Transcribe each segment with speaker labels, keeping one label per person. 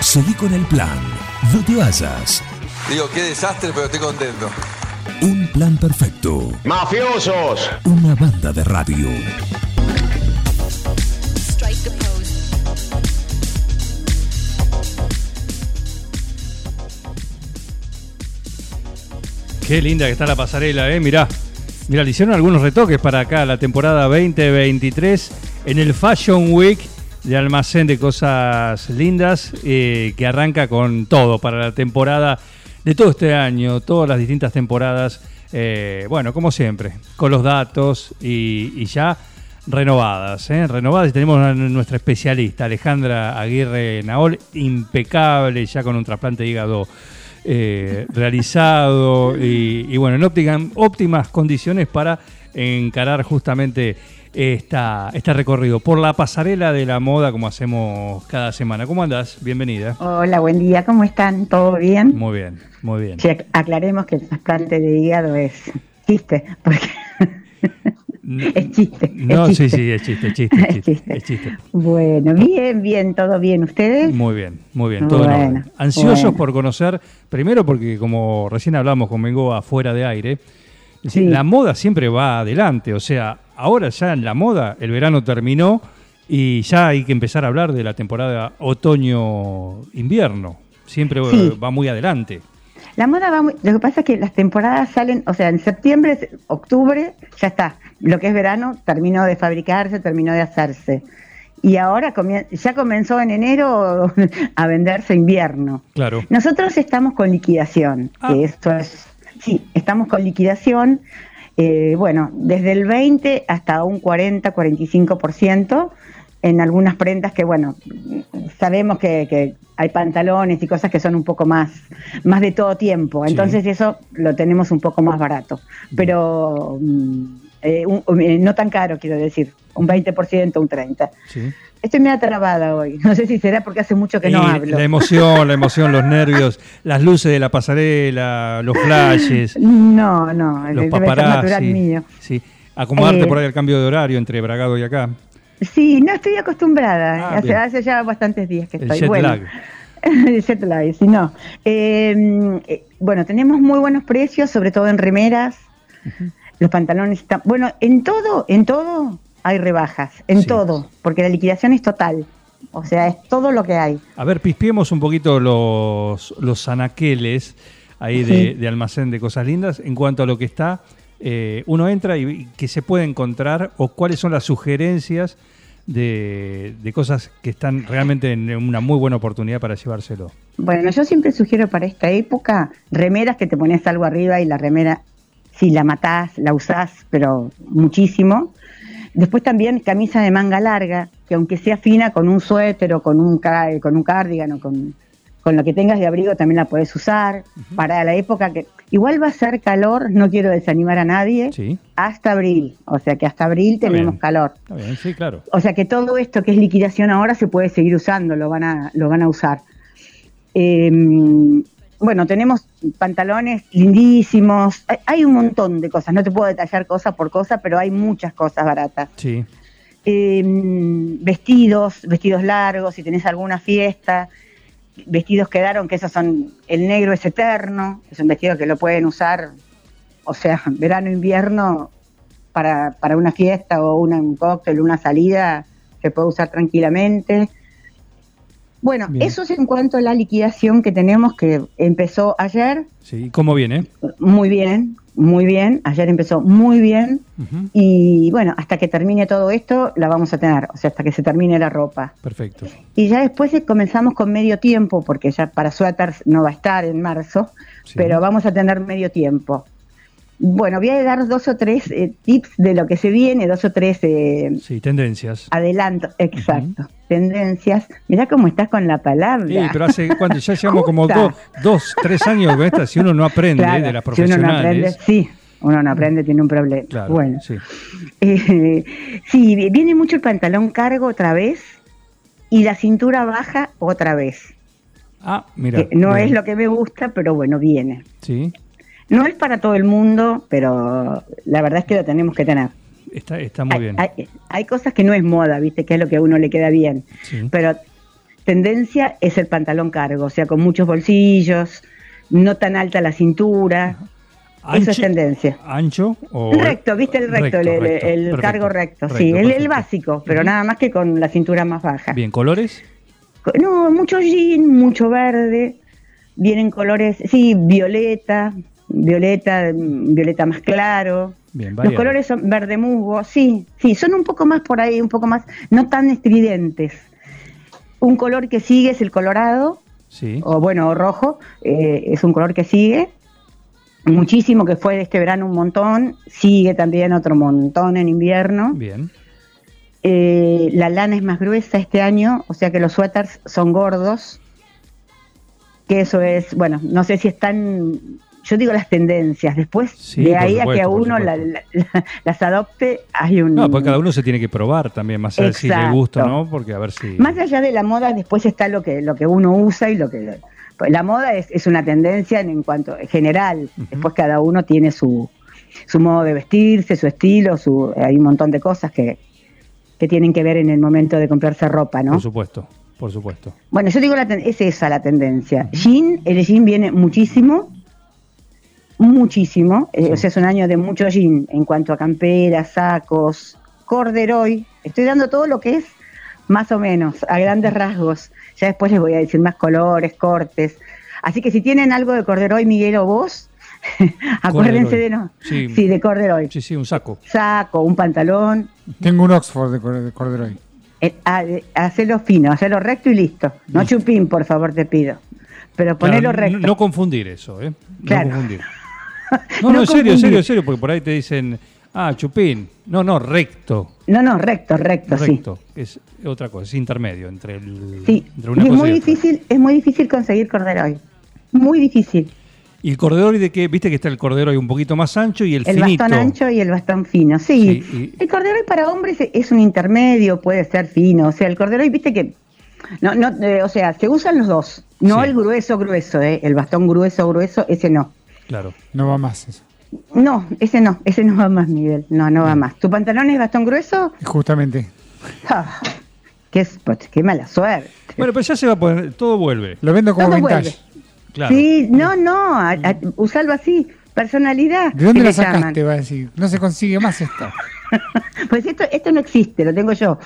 Speaker 1: Seguí con el plan. No te vayas.
Speaker 2: Digo, qué desastre, pero estoy contento.
Speaker 1: Un plan perfecto.
Speaker 3: ¡Mafiosos!
Speaker 1: Una banda de radio.
Speaker 4: Qué linda que está la pasarela, ¿eh? Mirá. Mirá, le hicieron algunos retoques para acá, la temporada 2023, en el Fashion Week de Almacén de Cosas Lindas, eh, que arranca con todo para la temporada de todo este año, todas las distintas temporadas. eh, bueno, como siempre, con los datos y, y ya renovadas, ¿eh? Renovadas y tenemos a nuestra especialista, Alejandra Aguirre Naol, impecable, ya con un trasplante de hígado eh, realizado y, y bueno, en óptica- en óptimas condiciones para encarar justamente esta, este recorrido por la pasarela de la moda como hacemos cada semana. ¿Cómo andás? Bienvenida.
Speaker 5: Hola, buen día, ¿cómo están? ¿Todo bien?
Speaker 4: Muy bien, muy bien.
Speaker 5: Sí, ac- aclaremos que el trasplante de hígado es chiste, porque es chiste. es
Speaker 4: No, sí,
Speaker 5: chiste.
Speaker 4: sí, es chiste, es chiste, es
Speaker 5: Es
Speaker 4: chiste,
Speaker 5: chiste.
Speaker 4: es chiste.
Speaker 5: Bueno, bien, bien, todo bien. ¿Ustedes?
Speaker 4: Muy bien, muy bien, todo en
Speaker 5: Bueno,
Speaker 4: orden. Ansiosos
Speaker 5: bueno.
Speaker 4: por conocer, primero porque como recién hablamos con Bengoa fuera de aire, es decir,
Speaker 5: Sí.
Speaker 4: la moda siempre va adelante, o sea, ahora ya en la moda el verano terminó y ya hay que empezar a hablar de la temporada otoño-invierno, siempre eh,
Speaker 5: Sí.
Speaker 4: va muy adelante.
Speaker 5: La moda va muy... Lo que pasa es que las temporadas salen, o sea, en septiembre, octubre, ya está. Lo que es verano terminó de fabricarse, terminó de hacerse. Y ahora comien- ya comenzó en enero a venderse invierno.
Speaker 4: Claro,
Speaker 5: Nosotros estamos con liquidación,
Speaker 4: Ah.
Speaker 5: que esto es, sí, estamos con liquidación, eh, bueno, desde el 20 hasta un 40, 45% en algunas prendas que, bueno, sabemos que, que hay pantalones y cosas que son un poco más, más de todo tiempo,
Speaker 4: Sí.
Speaker 5: entonces eso lo tenemos un poco más barato, pero mm, eh, un- un- eh, no tan caro, quiero decir, un 20%, un 30%.
Speaker 4: sí.
Speaker 5: Estoy media trabada hoy, no sé si será porque hace mucho que no
Speaker 4: Y
Speaker 5: hablo.
Speaker 4: la emoción, la emoción, los nervios, las luces de la pasarela, los flashes.
Speaker 5: No, no,
Speaker 4: los
Speaker 5: debe ser natural
Speaker 4: paparazzi.
Speaker 5: mío.
Speaker 4: Sí, acomodarte
Speaker 5: Eh,
Speaker 4: por ahí el cambio de horario entre Bragado y acá.
Speaker 5: Sí, no estoy acostumbrada.
Speaker 4: Ah,
Speaker 5: hace,
Speaker 4: bien.
Speaker 5: hace ya bastantes días que
Speaker 4: El
Speaker 5: estoy.
Speaker 4: jet
Speaker 5: bueno,
Speaker 4: lag.
Speaker 5: el jet lag, sí, no. Eh, eh, bueno, tenemos muy buenos precios, sobre todo en remeras. Los pantalones están. Bueno, en todo, en todo hay rebajas. En
Speaker 4: Sí.
Speaker 5: todo, porque la liquidación es total. O sea, es todo lo que hay.
Speaker 4: A ver, pispiemos un poquito los, los anaqueles ahí de,
Speaker 5: Sí.
Speaker 4: de almacén de cosas lindas en cuanto a lo que está. eh, uno entra y, y que se puede encontrar o cuáles son las sugerencias de, de cosas que están realmente en una muy buena oportunidad para llevárselo.
Speaker 5: Bueno, yo siempre sugiero para esta época remeras que te pones algo arriba y la remera, si la matás, la usás, pero muchísimo. Después también camisa de manga larga, que aunque sea fina, con un suéter o con un, ca- con un cardigan o con, con lo que tengas de abrigo también la podés usar. Para la época que igual va a ser calor, no quiero desanimar a nadie,
Speaker 4: Sí,
Speaker 5: hasta abril. O sea que hasta abril
Speaker 4: Está
Speaker 5: tenemos
Speaker 4: bien.
Speaker 5: calor.
Speaker 4: está bien, sí, claro.
Speaker 5: O sea que todo esto que es liquidación ahora se puede seguir usando, lo van a, lo van a usar. Eh, bueno, tenemos pantalones lindísimos, hay, hay un montón de cosas, no te puedo detallar cosa por cosa, pero hay muchas cosas baratas.
Speaker 4: Sí,
Speaker 5: Eh, vestidos, vestidos largos, si tenés alguna fiesta, vestidos quedaron, que esos son, el negro es eterno, es un vestido que lo pueden usar, o sea, verano, invierno, para, para una fiesta o una- un cóctel, una salida, se puede usar tranquilamente. Bueno,
Speaker 4: Bien.
Speaker 5: eso es en cuanto a la liquidación que tenemos, que empezó ayer,
Speaker 4: sí. ¿Cómo viene?
Speaker 5: muy bien, muy bien, ayer empezó muy bien,
Speaker 4: Ujú,
Speaker 5: y bueno, hasta que termine todo esto, la vamos a tener, o sea, hasta que se termine la ropa.
Speaker 4: Perfecto.
Speaker 5: Y ya después eh, comenzamos con medio tiempo, porque ya para suéteres no va a estar en marzo,
Speaker 4: Sí.
Speaker 5: pero vamos a tener medio tiempo. Bueno, voy a dar dos o tres eh, tips de lo que se viene, dos o tres eh,
Speaker 4: Sí, tendencias.
Speaker 5: adelantos, exacto, tendencias. Mirá cómo estás con la palabra.
Speaker 4: Sí, pero hace cuánto, ya llevamos como
Speaker 5: Justa.
Speaker 4: dos, dos, tres años con esta, si uno no aprende
Speaker 5: Claro,
Speaker 4: de las
Speaker 5: si uno
Speaker 4: profesionales.
Speaker 5: no aprende, sí, uno no aprende, tiene un problema.
Speaker 4: Claro,
Speaker 5: bueno,
Speaker 4: sí.
Speaker 5: Eh, sí, viene mucho el pantalón cargo otra vez y la cintura baja otra vez.
Speaker 4: Ah, mira.
Speaker 5: Que Eh, no es lo que me gusta, pero bueno, viene.
Speaker 4: Sí,
Speaker 5: No es para todo el mundo, pero la verdad es que lo tenemos que tener.
Speaker 4: está, está muy
Speaker 5: hay,
Speaker 4: bien.
Speaker 5: hay- hay cosas que no es moda, ¿viste? Que es lo que a uno le queda bien.
Speaker 4: Sí.
Speaker 5: Pero tendencia es el pantalón cargo, o sea, con muchos bolsillos, no tan alta la cintura. Eso es tendencia.
Speaker 4: ¿Ancho o...?
Speaker 5: Recto, viste el recto, el, el- el
Speaker 4: perfecto,
Speaker 5: cargo recto, sí, el, el
Speaker 4: perfecto.
Speaker 5: básico, pero nada más que con la cintura más baja.
Speaker 4: Bien, ¿colores?
Speaker 5: Co- No, mucho jean, mucho verde, vienen colores, sí, violeta, violeta, mm, violeta más claro.
Speaker 4: Bien,
Speaker 5: Los
Speaker 4: variado.
Speaker 5: colores son verde musgo, sí, sí, son un poco más por ahí, un poco más, no tan estridentes. Un color que sigue es el colorado,
Speaker 4: Sí.
Speaker 5: o bueno, o rojo, eh, es un color que sigue muchísimo, que fue de este verano un montón, sigue también otro montón en invierno.
Speaker 4: Bien.
Speaker 5: Eh, la lana es más gruesa este año, o sea que los suéteres son gordos, que eso es, bueno, no sé si están, yo digo las tendencias, después
Speaker 4: Sí,
Speaker 5: de
Speaker 4: por
Speaker 5: ahí a que
Speaker 4: supuesto,
Speaker 5: a
Speaker 4: por
Speaker 5: uno la-
Speaker 4: supuesto.
Speaker 5: la- la- las adopte, hay un...
Speaker 4: No, pues cada uno se tiene que probar también, más allá de si le
Speaker 5: Exacto.
Speaker 4: gusta o no, porque a ver si...
Speaker 5: Más allá de la moda, después está lo que, lo que uno usa y lo que... pues La moda es, es una tendencia en, en cuanto general.
Speaker 4: Ujú.
Speaker 5: Después cada uno tiene su, su modo de vestirse, su estilo, su, hay un montón de cosas que, que tienen que ver en el momento de comprarse ropa, ¿no?
Speaker 4: Por supuesto, por supuesto.
Speaker 5: Bueno, yo digo, la ten- es esa la tendencia. Jean, el jean viene muchísimo, muchísimo. eh,
Speaker 4: Sí.
Speaker 5: o sea, es un año de mucho jean en cuanto a camperas, sacos, corduroy. Estoy dando todo lo que es más o menos, a grandes rasgos. Ya después les voy a decir más colores, cortes. Así que si tienen algo de corduroy, Miguel o vos, acuérdense
Speaker 4: Corduroy.
Speaker 5: de no.
Speaker 4: Sí.
Speaker 5: Sí, de corduroy.
Speaker 4: Sí, sí, un saco.
Speaker 5: Saco, un pantalón,
Speaker 3: Tengo un Oxford de, cor- de corduroy.
Speaker 5: eh, ha- eh, Hacelo fino, hacelo recto y listo. No chupín, por favor, te pido. Pero ponelo
Speaker 4: Claro,
Speaker 5: recto.
Speaker 4: No, no confundir eso, ¿eh?
Speaker 5: Claro.
Speaker 4: No confundir. No, no,
Speaker 5: No
Speaker 4: en serio, en serio, en
Speaker 5: confundir.
Speaker 4: serio, porque por ahí te dicen, ah, chupín. No, no, recto.
Speaker 5: No, no, recto, recto,
Speaker 4: Recto. Es otra cosa, es intermedio entre, el,
Speaker 5: sí. Sí.
Speaker 4: entre una
Speaker 5: y es
Speaker 4: cosa
Speaker 5: muy
Speaker 4: y otra.
Speaker 5: difícil, es muy difícil conseguir cordero hoy. Muy difícil.
Speaker 4: ¿Y el corredor y de qué? Viste que está el corredor ahí un poquito más ancho y el,
Speaker 5: El
Speaker 4: finito.
Speaker 5: bastón ancho y el bastón fino, sí.
Speaker 4: Sí, y-
Speaker 5: El cordero hoy para hombres es- es un intermedio, puede ser fino. O sea, el cordero hoy, viste que. No, no, eh, o sea, se usan los dos. No
Speaker 4: Sí.
Speaker 5: el grueso, grueso, eh, el bastón grueso, grueso, ese no.
Speaker 4: Claro.
Speaker 3: No va más eso.
Speaker 5: No, ese no, ese no va más, Miguel. No, no va más. ¿Tu pantalón es bastón grueso?
Speaker 3: Y Justamente.
Speaker 5: Ah, qué, es- qué mala suerte.
Speaker 4: Bueno, pero ya se va a poner, todo vuelve.
Speaker 3: Lo vendo como
Speaker 5: Todo
Speaker 3: vintage.
Speaker 4: Claro.
Speaker 5: Sí, no, no, a- a- usalo así, personalidad.
Speaker 3: ¿De dónde
Speaker 5: que
Speaker 3: la
Speaker 5: le llaman.
Speaker 3: sacaste? Va a decir. No se consigue más esto.
Speaker 5: Pues esto, esto no existe, lo tengo yo.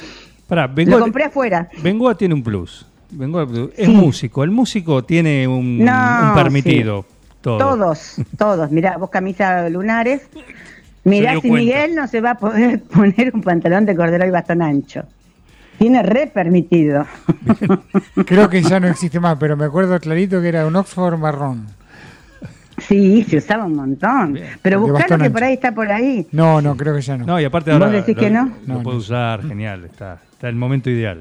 Speaker 4: Pará, vengo
Speaker 5: Lo
Speaker 4: a-
Speaker 5: compré afuera.
Speaker 4: Bengoa tiene un plus. Bengoa es
Speaker 5: Sí.
Speaker 4: músico. El músico tiene un,
Speaker 5: No,
Speaker 4: un permitido. Todo.
Speaker 5: Todos, todos. Mirá, vos camisa lunares. Mirá
Speaker 4: dio
Speaker 5: si
Speaker 4: cuenta.
Speaker 5: Miguel no se va a poder poner un pantalón de cordero y bastón ancho. Tiene re permitido.
Speaker 3: Creo que ya no existe más, pero me acuerdo clarito que era un Oxford marrón.
Speaker 5: Sí, se usaba un montón. Pero
Speaker 3: De
Speaker 5: buscalo
Speaker 3: bastón
Speaker 5: que
Speaker 3: ancho.
Speaker 5: por ahí está por ahí.
Speaker 3: No, no, creo que ya no.
Speaker 4: No, y aparte
Speaker 5: ¿Vos
Speaker 4: ahora.
Speaker 5: decís
Speaker 4: lo,
Speaker 5: que no? Mm.
Speaker 4: lo
Speaker 3: No,
Speaker 4: puede
Speaker 3: no.
Speaker 4: usar, genial. Está, está el momento ideal.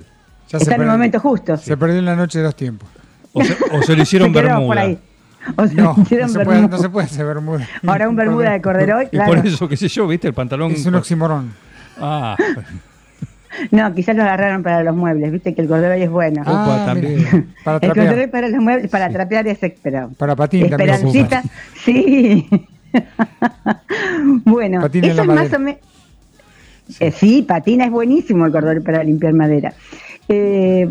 Speaker 3: Ya
Speaker 5: está en el
Speaker 3: perdió-
Speaker 5: momento justo.
Speaker 3: Se perdió en la noche de dos tiempos.
Speaker 4: O se, o se lo hicieron
Speaker 5: Se quedó por
Speaker 4: Bermuda.
Speaker 5: ahí. O sea,
Speaker 3: No, no
Speaker 5: hicieron
Speaker 3: se, puede, no
Speaker 5: Bermuda.
Speaker 3: se puede hacer Bermuda.
Speaker 5: Ahora un Bermuda de cordero,
Speaker 4: Y
Speaker 5: claro.
Speaker 4: por eso, qué sé yo, viste, el pantalón.
Speaker 3: Es un oximorón.
Speaker 4: Ah,
Speaker 5: No, quizás lo agarraron para los muebles, viste que el cordero es bueno.
Speaker 4: Opa, también.
Speaker 3: Ah, mira, Para
Speaker 5: el cordero
Speaker 3: trapear.
Speaker 5: para los muebles, para trapear es pero
Speaker 3: Para patín también se usa.
Speaker 5: Esperancita, sí. bueno,
Speaker 3: Patín en
Speaker 5: eso
Speaker 3: la
Speaker 5: es más
Speaker 3: madera.
Speaker 5: o menos. Eh, sí, patina es buenísimo el cordero para limpiar madera. Eh,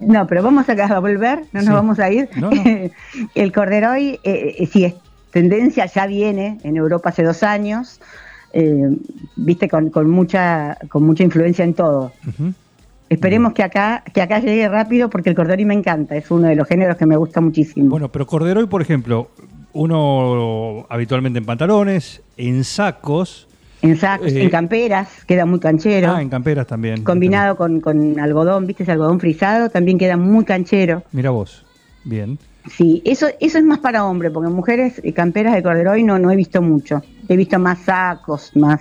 Speaker 5: no, pero vamos acá a volver, no
Speaker 4: Sí.
Speaker 5: nos vamos a ir.
Speaker 4: No, no.
Speaker 5: el cordero hoy, eh, eh, sí, es tendencia, ya viene en Europa hace dos años, eh, viste, con, con mucha, con mucha influencia en todo.
Speaker 4: ujú. Mm.
Speaker 5: Esperemos que acá, que acá llegue rápido porque el cordero me encanta, es uno de los géneros que me gusta muchísimo.
Speaker 4: Bueno, pero Corderoy, por ejemplo, uno habitualmente en pantalones, en sacos.
Speaker 5: En sacos,
Speaker 4: Eh,
Speaker 5: en camperas, queda muy canchero.
Speaker 4: ah, en camperas también.
Speaker 5: combinado con, con algodón, viste, ese algodón frisado, también queda muy canchero.
Speaker 4: Mira vos. Bien.
Speaker 5: Sí, eso, eso es más para hombre, porque mujeres eh, camperas de corderoy no, no he visto mucho. He visto más sacos, más.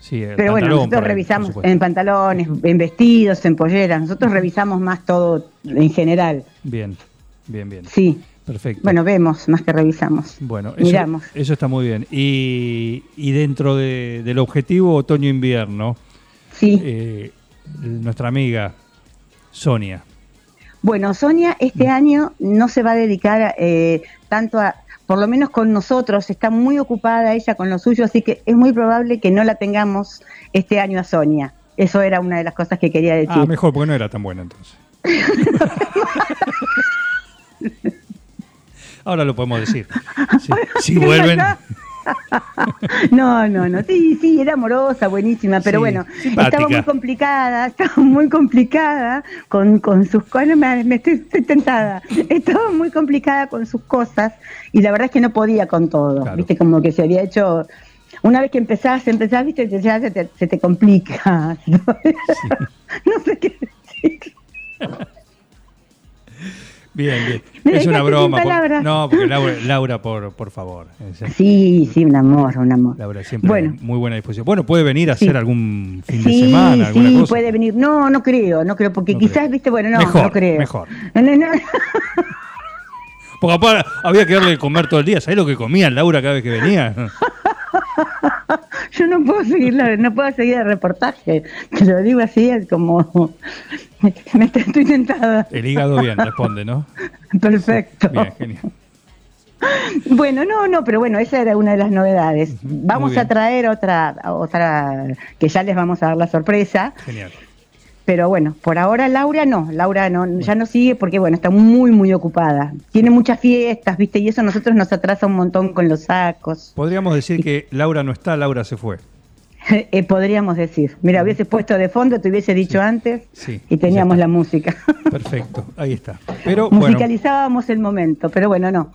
Speaker 4: Sí, el
Speaker 5: Pero bueno,
Speaker 4: pantalón
Speaker 5: nosotros
Speaker 4: por ahí, por
Speaker 5: revisamos
Speaker 4: supuesto.
Speaker 5: en pantalones, en vestidos, en polleras, nosotros revisamos más todo en general.
Speaker 4: Bien, bien, bien.
Speaker 5: Sí,
Speaker 4: Perfecto.
Speaker 5: bueno, vemos más que revisamos.
Speaker 4: Bueno, eso,
Speaker 5: miramos.
Speaker 4: eso está muy bien. Y, y dentro de- del objetivo otoño-invierno,
Speaker 5: Sí.
Speaker 4: eh, nuestra amiga Sonia.
Speaker 5: Bueno, Sonia este año no se va a dedicar eh, tanto a, por lo menos con nosotros, está muy ocupada ella con lo suyo, así que es muy probable que no la tengamos este año a Sonia. Eso era una de las cosas que quería decir.
Speaker 4: Ah, mejor, porque no era tan buena entonces. Ahora lo podemos decir. Sí, Si vuelven.
Speaker 5: No, no, no. Sí, sí, era amorosa, buenísima, pero
Speaker 4: Sí,
Speaker 5: bueno,
Speaker 4: simpática.
Speaker 5: estaba muy complicada, estaba muy complicada con, con sus cosas. Me, me estoy, estoy tentada. Estaba muy complicada con sus cosas y la verdad es que no podía con todo.
Speaker 4: Claro.
Speaker 5: Viste, como que se había hecho. Una vez que empezás, empezás, viste, te- ya se te, se te complica. no sé qué decir.
Speaker 4: Bien, bien.
Speaker 5: Me
Speaker 4: es una
Speaker 5: dejaste
Speaker 4: broma.
Speaker 5: sin
Speaker 4: por-
Speaker 5: palabras.
Speaker 4: no, porque Laura, Laura, por, por favor. En serio.
Speaker 5: Sí, sí, un amor, un amor.
Speaker 4: Laura, siempre
Speaker 5: Bueno.
Speaker 4: muy buena disposición. Bueno, puede venir a
Speaker 5: Sí.
Speaker 4: hacer algún fin de semana, alguna
Speaker 5: sí,
Speaker 4: cosa.
Speaker 5: puede venir. No, no creo, no creo, porque
Speaker 4: No
Speaker 5: quizás,
Speaker 4: creo.
Speaker 5: viste, bueno, no,
Speaker 4: Mejor,
Speaker 5: no creo.
Speaker 4: mejor.
Speaker 5: No, no, no.
Speaker 4: Porque aparte había que darle de comer todo el día. ¿Sabés lo que comía Laura cada vez que venía?
Speaker 5: yo no puedo seguir, la- no puedo seguir el reportaje. Te lo digo así, es como. Me estoy, estoy tentada.
Speaker 4: El hígado bien responde, ¿no?
Speaker 5: Perfecto.
Speaker 4: Bien, genial.
Speaker 5: Bueno, no, no, pero bueno, esa era una de las novedades. Vamos
Speaker 4: bien.
Speaker 5: a traer otra, otra, que ya les vamos a dar la sorpresa.
Speaker 4: Genial.
Speaker 5: Pero bueno, por ahora Laura no, Laura no, ya no sigue porque bueno, está muy muy ocupada. Tiene muchas fiestas, ¿viste? Y eso a nosotros nos atrasa un montón con los sacos.
Speaker 4: Podríamos decir que Laura no está, Laura se fue.
Speaker 5: Eh, podríamos decir. Mira, hubiese puesto de fondo, te hubiese dicho antes
Speaker 4: Sí,
Speaker 5: y teníamos
Speaker 4: ya está.
Speaker 5: la música.
Speaker 4: Perfecto, ahí está. Pero bueno,
Speaker 5: Musicalizábamos el momento, pero bueno, no.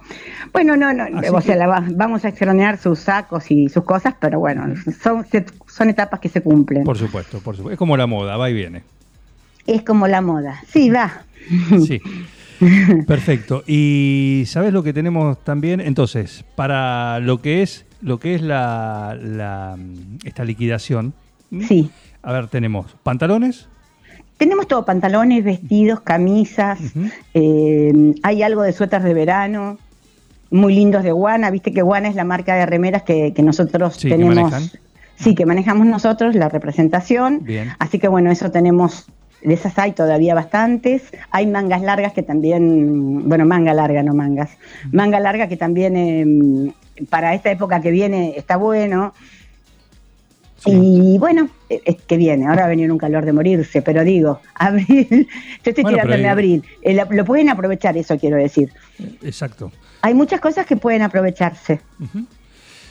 Speaker 5: Bueno, no, no,
Speaker 4: Así
Speaker 5: o sea,
Speaker 4: que-
Speaker 5: la va- vamos a extrañar sus sacos y sus cosas, pero bueno, son, se- son etapas que se cumplen.
Speaker 4: por supuesto, por supuesto. Es como la moda, va y viene.
Speaker 5: Es como la moda. Sí, va.
Speaker 4: Sí. Perfecto. Y ¿sabes lo que tenemos también? Entonces, para lo que es, lo que es la, la, mm, esta liquidación. ¿m?
Speaker 5: Sí.
Speaker 4: A ver, tenemos pantalones.
Speaker 5: Tenemos todo, pantalones, vestidos, camisas,
Speaker 4: Ujú.
Speaker 5: eh, hay algo de suéteres de verano, muy lindos de Guana, viste que Guana es la marca de remeras que, que nosotros
Speaker 4: Sí, que
Speaker 5: tenemos.
Speaker 4: manejan.
Speaker 5: sí, que manejamos nosotros, la representación.
Speaker 4: Bien.
Speaker 5: Así que bueno, eso tenemos, de esas hay todavía bastantes. Hay mangas largas que también, bueno, manga larga, no mangas. Manga larga que también eh, para esta época que viene está bueno. Y bueno, eh, es que viene, ahora va a venir un calor de morirse, pero digo, abril, yo estoy
Speaker 4: Bueno, pero
Speaker 5: tirando de
Speaker 4: digo-
Speaker 5: abril, Eh, la- lo pueden aprovechar, eso quiero decir.
Speaker 4: Exacto.
Speaker 5: Hay muchas cosas que pueden aprovecharse,
Speaker 4: Ujú.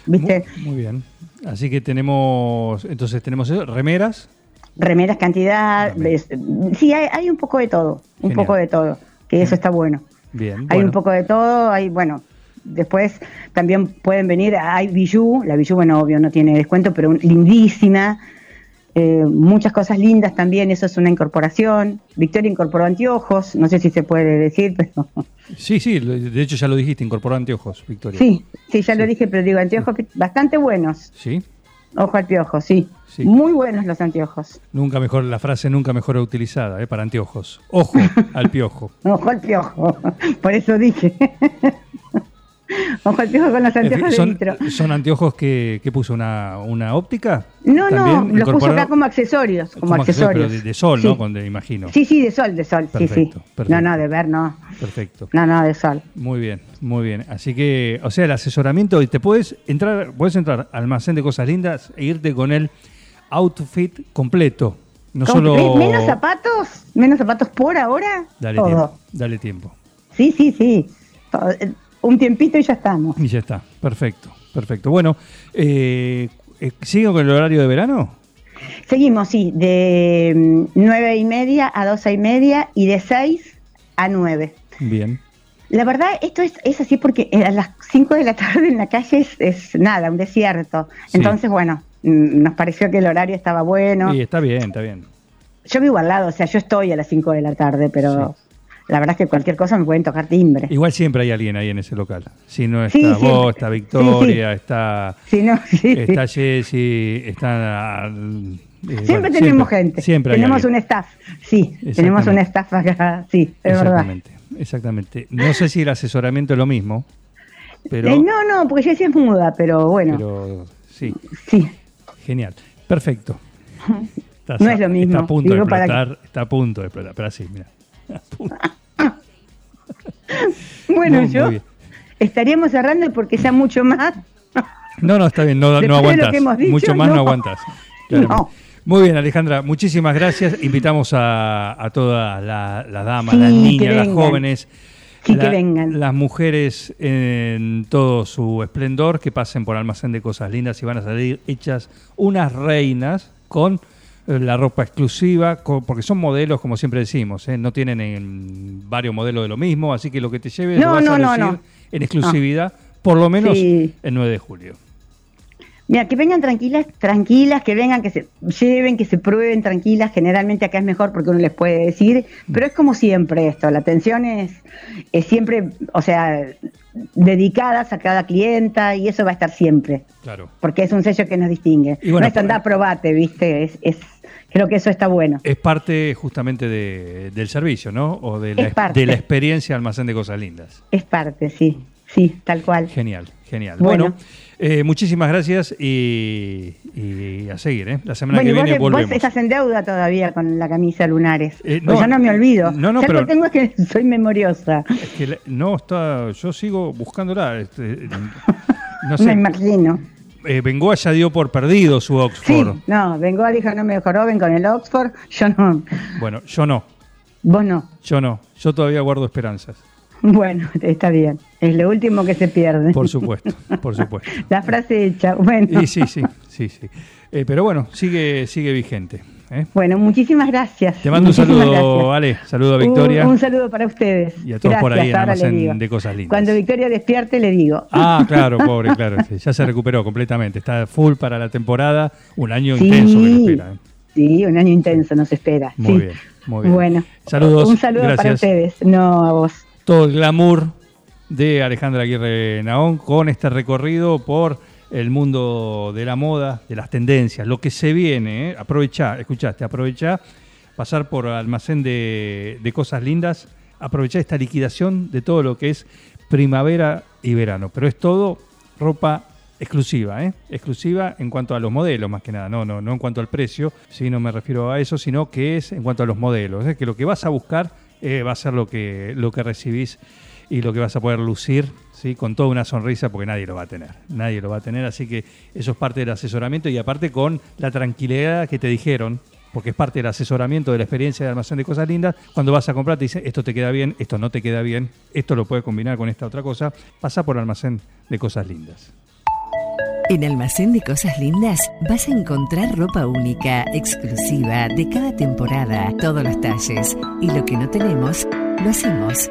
Speaker 5: ¿viste?
Speaker 4: Muy, muy bien. Así que tenemos, entonces tenemos eso, remeras.
Speaker 5: Remeras, cantidad,
Speaker 4: También.
Speaker 5: ves- sí, hay, hay un poco de todo, un
Speaker 4: Genial.
Speaker 5: poco de todo, que eso está bueno.
Speaker 4: Bien.
Speaker 5: Hay
Speaker 4: bueno.
Speaker 5: un poco de todo, hay, bueno, después también pueden venir, hay Bijou, la Bijou, bueno, obvio, no tiene descuento, pero un- lindísima, eh, muchas cosas lindas también, eso es una incorporación. Victoria incorporó anteojos, no sé si se puede decir, pero
Speaker 4: Sí, sí, lo- de hecho ya lo dijiste, incorporó anteojos, Victoria.
Speaker 5: sí, sí, ya lo dije, pero digo, anteojos que- bastante buenos,
Speaker 4: Sí.
Speaker 5: ojo al piojo, sí,
Speaker 4: Sí.
Speaker 5: muy buenos los anteojos,
Speaker 4: Nunca mejor, la frase nunca mejor utilizada, ¿eh? para anteojos. Ojo al piojo.
Speaker 5: ojo al piojo, por eso dije. Ojo al piojo con los
Speaker 4: En fin,
Speaker 5: anteojos de
Speaker 4: son,
Speaker 5: litro.
Speaker 4: son anteojos que, que puso una, una óptica.
Speaker 5: No, no,
Speaker 4: También
Speaker 5: los puso
Speaker 4: incorporaron-
Speaker 5: acá como accesorios, como,
Speaker 4: como
Speaker 5: accesorios.
Speaker 4: pero de, de sol,
Speaker 5: sí.
Speaker 4: ¿no? Con- de- imagino.
Speaker 5: Sí, sí, de sol, de sol, sí,
Speaker 4: Perfecto,
Speaker 5: sí.
Speaker 4: perfecto.
Speaker 5: No, no, de ver no.
Speaker 4: Perfecto.
Speaker 5: No, no, de sol.
Speaker 4: Muy bien, muy bien. Así que, o sea, el asesoramiento, y te puedes entrar, puedes entrar al almacén de cosas lindas e irte con el outfit completo. No
Speaker 5: Con-
Speaker 4: solo.
Speaker 5: ¿ves? Menos zapatos, menos zapatos por ahora.
Speaker 4: Dale
Speaker 5: todo.
Speaker 4: tiempo. Dale tiempo.
Speaker 5: Sí, sí, sí. Todo. Eh, Un tiempito y ya estamos.
Speaker 4: Y ya está. Perfecto, perfecto. Bueno, eh, eh, ¿siguen con el horario de verano?
Speaker 5: Seguimos, sí, de mm, nueve y media a doce y media y de seis a nueve.
Speaker 4: Bien.
Speaker 5: La verdad, esto es, es así porque eh, a las 5 de la tarde en la calle es, es nada, un desierto.
Speaker 4: Sí.
Speaker 5: Entonces, bueno, mm, nos pareció que el horario estaba bueno.
Speaker 4: Y está bien, está bien.
Speaker 5: Yo vivo al lado, o sea, yo estoy a las 5 de la tarde, pero la verdad es que cualquier cosa me pueden tocar timbre.
Speaker 4: Igual siempre hay alguien ahí en ese local. Si no está
Speaker 5: Sí,
Speaker 4: vos,
Speaker 5: siempre.
Speaker 4: está Victoria, está,
Speaker 5: Si no, sí.
Speaker 4: está Jessy, está... eh, bueno,
Speaker 5: siempre tenemos gente.
Speaker 4: Siempre hay
Speaker 5: tenemos un
Speaker 4: alguien.
Speaker 5: staff. Sí, tenemos un
Speaker 4: Exactamente.
Speaker 5: staff acá. Sí, es verdad.
Speaker 4: Exactamente, exactamente. No sé si el asesoramiento es lo mismo, pero,
Speaker 5: Eh, no, no, porque Jessie es muda, pero bueno,
Speaker 4: pero sí,
Speaker 5: sí.
Speaker 4: genial. Perfecto. Está,
Speaker 5: No es lo mismo,
Speaker 4: Está a punto
Speaker 5: digo
Speaker 4: de
Speaker 5: para que-
Speaker 4: explotar, está a punto de explotar, pero así, mira. A punto.
Speaker 5: Bueno,
Speaker 4: Muy,
Speaker 5: yo
Speaker 4: muy bien.
Speaker 5: estaríamos cerrando porque ya mucho más.
Speaker 4: No, no, está bien, no,
Speaker 5: Después
Speaker 4: no
Speaker 5: de lo
Speaker 4: aguantás.
Speaker 5: que hemos dicho,
Speaker 4: Mucho más no,
Speaker 5: no.
Speaker 4: aguantás.
Speaker 5: No.
Speaker 4: claramente. Muy bien, Alejandra, muchísimas gracias. Invitamos a, a todas la- las damas,
Speaker 5: Sí,
Speaker 4: las
Speaker 5: que
Speaker 4: niñas, las
Speaker 5: vengan.
Speaker 4: jóvenes.
Speaker 5: Sí, que vengan.
Speaker 4: Las mujeres en todo su esplendor, que pasen por almacén de cosas lindas y van a salir hechas unas reinas con eh, la ropa exclusiva, con- porque son modelos, como siempre decimos, ¿eh? no tienen en varios modelos de lo mismo, así que lo que te lleves
Speaker 5: No,
Speaker 4: lo vas a
Speaker 5: no, no,
Speaker 4: lucir
Speaker 5: no.
Speaker 4: en exclusividad, por lo menos
Speaker 5: Sí.
Speaker 4: el 9 de julio.
Speaker 5: Mira, que vengan tranquilas, tranquilas, que vengan, que se lleven, que se prueben tranquilas. Generalmente acá es mejor porque uno les puede decir, pero es como siempre esto, la atención es, es siempre, o sea, dedicadas a cada clienta y eso va a estar siempre,
Speaker 4: Claro.
Speaker 5: porque es un sello que nos distingue.
Speaker 4: Y bueno,
Speaker 5: no es andar probate, ¿viste? Es, es, creo que eso está bueno.
Speaker 4: Es parte justamente de- del servicio, ¿no? O de
Speaker 5: Es
Speaker 4: la,
Speaker 5: parte.
Speaker 4: de la experiencia almacén de cosas lindas.
Speaker 5: Es parte, sí, sí, tal cual.
Speaker 4: Genial, genial. Bueno,
Speaker 5: Bueno.
Speaker 4: eh, muchísimas gracias y, y a seguir, ¿eh? La semana
Speaker 5: Bueno, y
Speaker 4: que
Speaker 5: vos,
Speaker 4: viene
Speaker 5: vos
Speaker 4: volvemos.
Speaker 5: estás en deuda todavía con la camisa lunares.
Speaker 4: Eh,
Speaker 5: Pues
Speaker 4: no,
Speaker 5: yo no me olvido.
Speaker 4: no, no,
Speaker 5: Yo
Speaker 4: pero-
Speaker 5: lo que tengo es que soy memoriosa.
Speaker 4: Es que la- no está, yo sigo buscándola. este, no
Speaker 5: me
Speaker 4: sé,
Speaker 5: imagino.
Speaker 4: eh, Bengoa ya dio por perdido su
Speaker 5: Sí,
Speaker 4: Oxford.
Speaker 5: no, Bengoa dijo no me mejoró, ven con el Oxford, yo no,
Speaker 4: Bueno, yo no,
Speaker 5: vos no.
Speaker 4: yo no, yo todavía guardo esperanzas.
Speaker 5: Bueno, está bien, es lo último que se pierde.
Speaker 4: Por supuesto, por supuesto.
Speaker 5: La frase hecha, bueno.
Speaker 4: Y sí, sí, sí, sí. Eh, pero bueno, sigue, sigue vigente. ¿eh?
Speaker 5: Bueno, muchísimas gracias.
Speaker 4: Te mando un
Speaker 5: muchísimas
Speaker 4: saludo,
Speaker 5: gracias.
Speaker 4: Ale. Saludo a
Speaker 5: Un-
Speaker 4: Victoria.
Speaker 5: Un, saludo para ustedes.
Speaker 4: Y a todos por ahí en
Speaker 5: ahora
Speaker 4: Almacén
Speaker 5: les digo.
Speaker 4: de Cosas Lindas.
Speaker 5: Cuando Victoria despierte le digo.
Speaker 4: Ah, claro, pobre, claro. sí, ya se recuperó completamente. Está full para la temporada. Un año
Speaker 5: Sí.
Speaker 4: intenso que nos espera. ¿eh?
Speaker 5: Sí, un año intenso nos espera.
Speaker 4: Muy
Speaker 5: sí.
Speaker 4: bien, muy bien.
Speaker 5: Bueno,
Speaker 4: Saludos,
Speaker 5: Un saludo para
Speaker 4: gracias.
Speaker 5: ustedes, no a vos.
Speaker 4: Todo el glamour de Alejandra Aguirre Naón con este recorrido por el mundo de la moda, de las tendencias, lo que se viene. ¿eh? Aprovechá, escuchaste, aprovechá. Pasar por almacén de, de cosas lindas. Aprovechá esta liquidación de todo lo que es primavera y verano. Pero es todo ropa exclusiva, ¿eh? Exclusiva en cuanto a los modelos, más que nada. No, no, no en cuanto al precio, sí, no me refiero a eso, sino que es en cuanto a los modelos. ¿eh? Que lo que vas a buscar eh, va a ser lo que, lo que recibís y lo que vas a poder lucir, ¿sí? Con toda una sonrisa, porque nadie lo va a tener. Nadie lo va a tener, así que eso es parte del asesoramiento y aparte con la tranquilidad que te dijeron. Porque es parte del asesoramiento, de la experiencia de almacén de cosas lindas. Cuando vas a comprar, te dicen esto te queda bien, esto no te queda bien, esto lo puedes combinar con esta otra cosa. Pasa por almacén de cosas lindas.
Speaker 6: En Almacén de Cosas Lindas vas a encontrar ropa única, exclusiva, de cada temporada, todos los talles. Y lo que no tenemos, lo hacemos.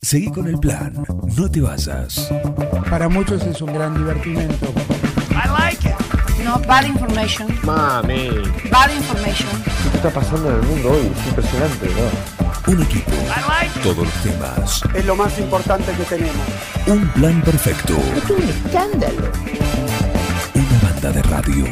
Speaker 1: Seguí con el plan, no te vayas.
Speaker 7: Para muchos es un gran divertimento.
Speaker 8: You know, bad information. Mommy. Bad information.
Speaker 1: Un equipo, todos los temas,
Speaker 7: Es lo más importante que tenemos.
Speaker 1: un plan perfecto. Es un escándalo. Una banda de radio.